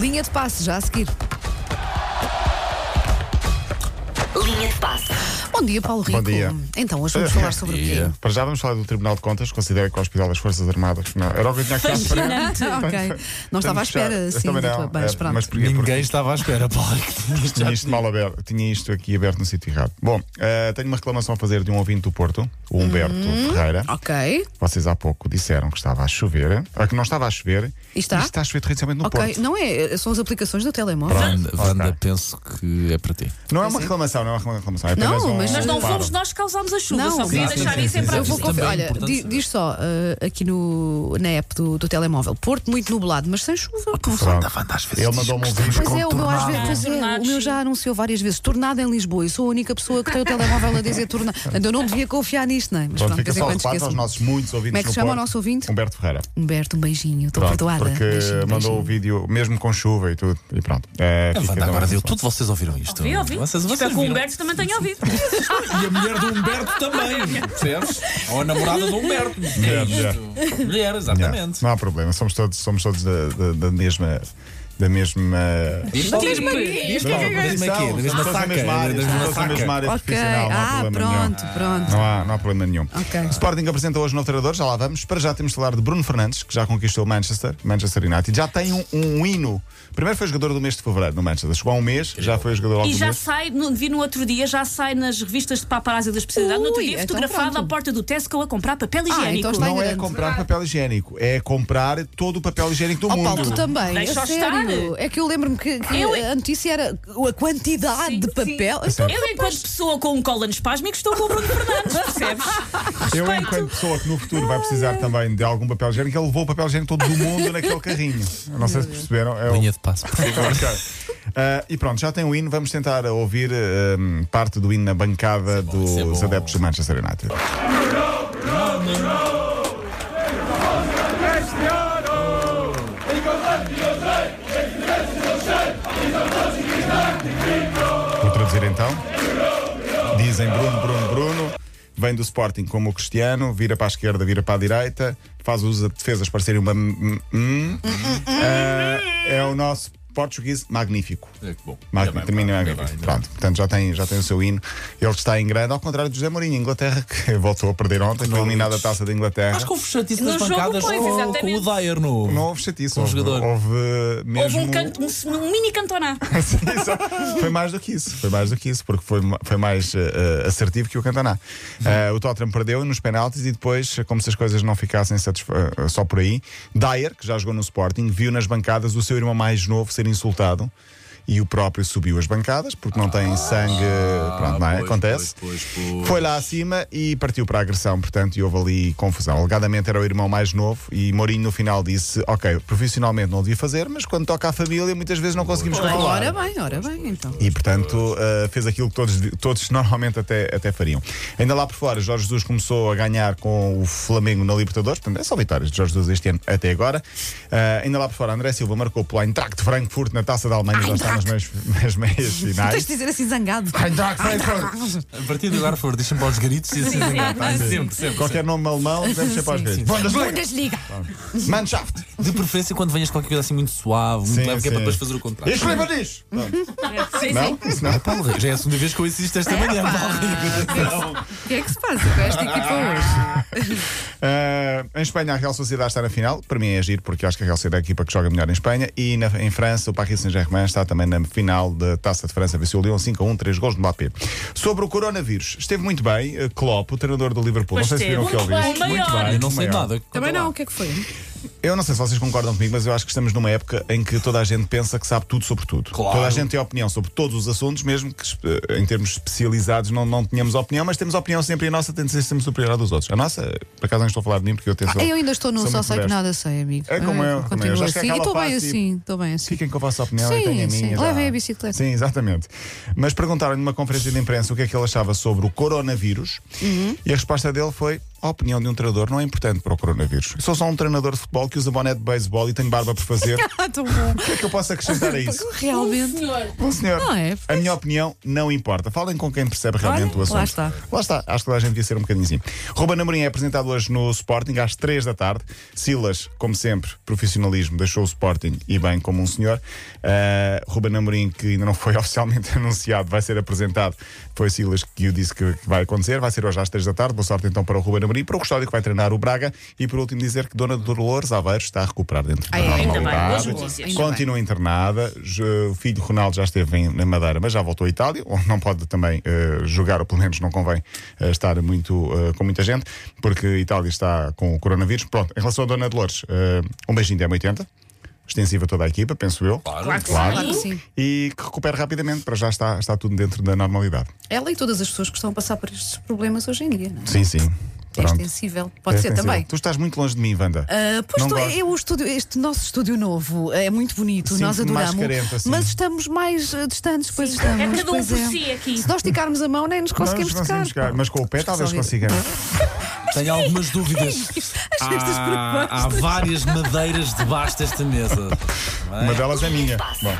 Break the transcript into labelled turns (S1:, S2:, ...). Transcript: S1: Linha de passe, já a seguir.
S2: Linha de passe.
S1: Bom dia, Paulo Rico.
S3: Bom dia.
S1: Então, hoje vamos falar sobre o quê?
S3: É. Para já vamos falar do Tribunal de Contas, considera que o Hospital das Forças Armadas. Não, era o que eu tinha que estar para.
S1: ok. Não estava à espera, sim,
S3: Também
S1: da tua-
S3: não,
S1: bem,
S3: é,
S1: mas pronto.
S3: mas porquê? Porque
S4: Ninguém estava à espera, Paulo.
S3: tinha isto mal aberto, tinha isto aqui aberto no sítio errado. Bom, eh, tenho uma reclamação a fazer de um ouvinte do Porto,
S1: Hum.
S3: o Humberto Ferreira.
S1: Ok.
S3: Vocês há pouco disseram que estava a chover, ah, que não estava a chover,
S1: E está?
S3: a chover torrencialmente no
S1: Tá. Ok,
S3: é Porto.
S1: não é, são as aplicações do telemóvel.
S4: Wanda, Wanda,
S3: Ok.
S4: penso que é para ti.
S3: Não é uma reclamação, não é uma reclamação. É
S1: Não,
S3: apenas um,
S1: mas-
S2: Mas
S1: Não
S2: não
S3: reparo.
S2: fomos nós que causámos a chuva,
S1: Não,
S2: só queria
S1: sim,
S2: deixar
S4: sim,
S2: isso
S4: sim,
S2: em
S4: sim,
S2: prática.
S1: Eu vou
S4: Isso
S1: confiar.
S4: também é
S1: Olha,
S4: importante
S1: di-
S4: saber.
S1: diz só eh, aqui no, na app do, do telemóvel: Porto muito nublado, mas sem
S3: Ah,
S1: chuva.
S3: Pronto.
S4: Wanda, às vezes
S3: Ele
S4: diz
S3: mandou-me um
S4: que
S3: vídeo.
S1: Pois é, o meu, às vezes, pois é,
S2: Tornado,
S1: o meu
S2: sim.
S1: já anunciou várias vezes: tornado em Lisboa. Eu sou a única pessoa que tem o telemóvel a dizer tornado. Portanto, eu não devia confiar nisto, não é? Mas
S3: Pronto,
S1: pronto, de
S3: fica
S1: vez em
S3: só o
S1: quando
S3: reparo aos
S1: esqueço.
S3: nossos muitos ouvintes
S1: Como é que
S3: no
S1: se chama o
S3: Porto.
S1: nosso ouvinte?
S3: Humberto Ferreira.
S1: Humberto, um beijinho, estou
S3: Pronto,
S1: perdoada.
S3: Porque
S1: Beijinho,
S3: mandou
S1: beijinho.
S3: o vídeo, mesmo com chuva e tudo. E pronto. É,
S4: A
S3: fica
S4: Wanda agora
S3: também.
S4: deu tudo, vocês ouviram isto.
S2: Ouvi, ouvi.
S4: Vocês, vocês
S2: Espero que o
S4: ouviram.
S2: Humberto também tenha ouvido.
S4: E a mulher do Humberto também, percebes? Ou a namorada do Humberto.
S3: Mulher,
S4: É isto. Mulher,
S3: Yeah,
S4: exatamente.
S3: Não há problema, somos todos, somos todos da, da- da mesma. Da mesma.
S4: Diz-me
S2: Diz-me aqui.
S4: Diz-me é aqui. Diz-me é aqui.
S3: Somos
S4: Diz-me
S3: todos da
S4: saca.
S3: mesma área,
S4: Diz-me
S3: somos todos da
S4: saca.
S3: mesma área
S1: Ok,
S3: profissional, não há
S1: ah,
S3: problema nenhum.
S1: pronto, pronto.
S3: Não há, não há problema nenhum.
S1: Ok.
S3: Sporting apresenta hoje o novo treinador, já lá vamos. Para já temos de falar de Bruno Fernandes, que já conquistou o Manchester, Manchester United. Já tem um, um hino. Primeiro foi jogador do mês de fevereiro no Manchester. Chegou há um mês, já foi jogador
S2: E
S3: algum
S2: já
S3: mês.
S2: sai, no- vi no outro dia, já sai nas revistas de paparazzi da especialidade. no outro
S1: Ui,
S2: dia,
S1: então
S2: fotografado
S1: pronto.
S2: à porta do Tesco a comprar papel
S1: então
S2: higiênico.
S1: está-
S3: Não é
S1: grande.
S3: comprar papel higiênico, é comprar todo o papel higiênico do
S1: Oh,
S3: mundo.
S1: Paulo, tu também.
S2: Deixa
S1: a
S2: estar.
S1: sério. É que eu lembro-me que, que
S2: Eu-
S1: a notícia era a quantidade
S2: Sim,
S1: de
S2: sim.
S1: papel.
S3: é.
S1: Então,
S2: Eu, enquanto pessoa com um cólon espásmico, estou com o Bruno Fernandes, percebes?
S3: Eu,
S2: Respeito.
S3: enquanto pessoa que no futuro vai precisar também de algum papel higiênico, ele levou o papel higiênico todo do mundo naquele carrinho. Eu Não sei se perceberam. É o-
S4: Linha de passo.
S3: Ok. Ah, e pronto, já tem o hino. Vamos tentar ouvir ah, parte do hino na bancada
S4: bom, isso é
S3: dos
S4: bom.
S3: adeptos do Manchester United. Vou traduzir então. Dizem Bruno, Bruno, Bruno. Vem do Sporting como o Cristiano, vira para a esquerda, vira para a direita, faz uso de defesas para serem uma. hum, hum. Ah, é o nosso português magnífico.
S4: É que bom.
S3: Mag-
S4: Ainda bem,
S3: também não é
S4: ainda
S3: magnífico.
S4: bem, ainda
S3: Pronto, portanto já tem, já tem o seu hino. Ele está em grande, ao contrário do José Mourinho, Inglaterra, que voltou a perder ontem, foi eliminado a taça da Inglaterra.
S4: Acho que houve chatice nas
S2: No jogo,
S4: bancadas
S2: pois,
S4: com,
S2: exatamente.
S4: com o Dyer no.
S3: Não houve chatice,
S4: Com o
S3: houve,
S4: um jogador.
S3: houve mesmo.
S2: Houve um, canto, um, um mini cantoná.
S3: Sim, só- foi mais do que isso, foi mais do que isso, porque foi, ma- foi mais eh, eh, assertivo que o Cantaná. Eh, o Tottenham perdeu nos penaltis e depois, eh, como se as coisas não ficassem satisfa- eh, só por aí, Dyer, que já jogou no Sporting, viu nas bancadas o seu irmão mais novo ser insultado. E o próprio subiu as bancadas porque não tem sangue. Pronto, não é?
S4: Ah, pois,
S3: Acontece.
S4: pois, pois, pois.
S3: Foi lá acima e partiu para a agressão, portanto, e houve ali confusão. Alegadamente era o irmão mais novo e Mourinho no final disse: Ok, profissionalmente não devia fazer, mas quando toca à família muitas vezes não conseguimos controlar.
S1: ora bem, ora bem, então.
S3: E, portanto, uh, fez aquilo que todos, todos normalmente até, até fariam. Ainda lá por fora, Jorge Jesus começou a ganhar com o Flamengo na Libertadores, portanto, é só vitórias de Jorge Jesus este ano até agora. Uh, ainda lá por fora, André Silva marcou pelo Eintracht Frankfurt na taça da Alemanha, já está nas meias, nas meias
S1: Tens
S3: finais.
S1: de dizer assim zangado.
S3: Eintracht Frankfurt!
S4: A partir de agora, por favor, deixem-me aos gritos e assim. Sempre, sempre.
S3: Qualquer nome alemão, devemos sempre aos gritos. Bundesliga!
S1: Bundesliga.
S3: Mannschaft!
S4: De preferência, quando venhas com qualquer coisa assim muito suave, muito
S3: Sim,
S4: leve, que
S3: sim.
S4: é para depois fazer o contrário.
S3: Isto lembra disso!
S2: Sim, sim.
S3: Não? Isso não.
S4: Paulo, já é a segunda vez que eu insisto esta manhã, Paulo
S1: O que é que se passa com esta equipa hoje?
S3: Ah, em Espanha, a Real Sociedade está na final. Para mim é agir, porque acho que a Real Sociedade é a equipa que joga melhor em Espanha. E na- em França, o Paris Saint-Germain está também na final da Taça de França. Venceu o Lyon 5 a 1, 3 gols de Mbappé. Sobre o coronavírus, esteve muito bem. eh, Klopp, o treinador do Liverpool.
S2: Pois
S3: não sei se viram o que
S2: teve.
S3: ele
S2: Muito
S3: disse.
S2: bem, maior.
S4: Eu não
S3: muito
S4: sei
S3: maior.
S4: nada. conta
S1: Também
S4: lá.
S1: não, o que é que foi?
S3: Eu não sei se vocês concordam comigo, mas eu acho que estamos numa época em que toda a gente pensa que sabe tudo sobre tudo.
S4: Claro.
S3: Toda a gente tem opinião sobre todos os assuntos, mesmo que eh, em termos especializados não, não tenhamos opinião, mas temos opinião sempre e a nossa tem de ser sempre superior à dos outros. A nossa, por acaso não estou a falar de mim porque eu tenho só-
S1: Ah, Eu ainda estou no
S3: sou
S1: só
S3: muito
S1: sei que
S3: modesto.
S1: nada sei, amigo.
S3: É como eu, como eu.
S1: Continuo
S3: Já cheguei
S1: assim. E
S3: àquela
S1: estou bem
S3: fase,
S1: assim, estou bem assim.
S3: Fiquem com a vossa opinião, eu
S1: Sim,
S3: tenho a
S1: sim.
S3: minha. já.
S1: Levem a bicicleta.
S3: Sim, exatamente.
S1: Uhum.
S3: Mas perguntaram-lhe numa conferência de imprensa o que é que ele achava sobre o coronavírus e a resposta dele foi: a opinião de um treinador não é importante para o coronavírus. Eu sou só um treinador de futebol que usa boné de beisebol e tenho barba por fazer. O
S1: Ah, tão bom.
S3: que é que eu posso acrescentar a isso?
S1: Realmente.
S2: Senhor.
S3: Bom senhor,
S1: Não é?
S3: a minha opinião não importa. Falem com quem percebe realmente
S1: Olha,
S3: o assunto.
S1: lá está.
S3: Lá está. Acho que toda a gente devia ser um bocadinho assim. Ruben Amorim é apresentado hoje no Sporting às 3 da tarde. Silas, como sempre, profissionalismo, deixou o Sporting e bem como um senhor. Uh, Ruben Amorim, que ainda não foi oficialmente anunciado, vai ser apresentado. Foi Silas que o disse que que vai acontecer. Vai ser hoje às 3 da tarde. Boa sorte então para o Ruben Amorim, para o Custódio que vai treinar o Braga e por último dizer que Dona Dolores Aveiro está a recuperar dentro da
S1: Ai, ainda bem.
S2: Ainda bem, boas
S3: normalidade.
S2: notícias.
S1: Ainda
S3: Continua internada. J- O filho Ronaldo já esteve em- na Madeira, mas já voltou à Itália, onde não pode também eh, jogar, ou pelo menos não convém eh, estar muito, eh, com muita gente, porque a Itália está com o coronavírus. Pronto, em relação à Dona Dolores, eh, um beijinho de M80, extensiva a toda a equipa, penso eu.
S2: Claro que
S3: Claro.
S1: Claro que sim.
S3: E que recupere rapidamente, para já está, está tudo dentro da normalidade.
S1: Ela e todas as pessoas que estão a passar por estes problemas hoje em dia, não é?
S3: Sim, sim.
S1: É
S3: Pronto.
S1: extensível. Pode
S3: É
S1: ser
S3: sensível.
S1: também.
S3: Tu estás muito longe de mim, Wanda.
S1: Ah, pois
S3: Não
S1: tu-
S3: gosto.
S1: é o estúdio, este nosso estúdio novo é muito bonito,
S3: Sinto-me
S1: nós
S3: mais
S1: adoramos.
S3: carente, assim.
S1: Mas estamos mais ah, distantes, pois estamos.
S2: É cada um
S1: pois
S2: por
S1: é.
S2: si aqui.
S1: Se nós esticarmos a mão, nem nos
S3: Nós
S1: conseguimos tocar.
S3: chegar, mas com o pé talvez
S1: resolvido.
S3: consigamos.
S4: Tenho algumas dúvidas.
S1: estas
S4: Há, há várias madeiras debaixo desta mesa.
S3: Uma delas é minha. Bom.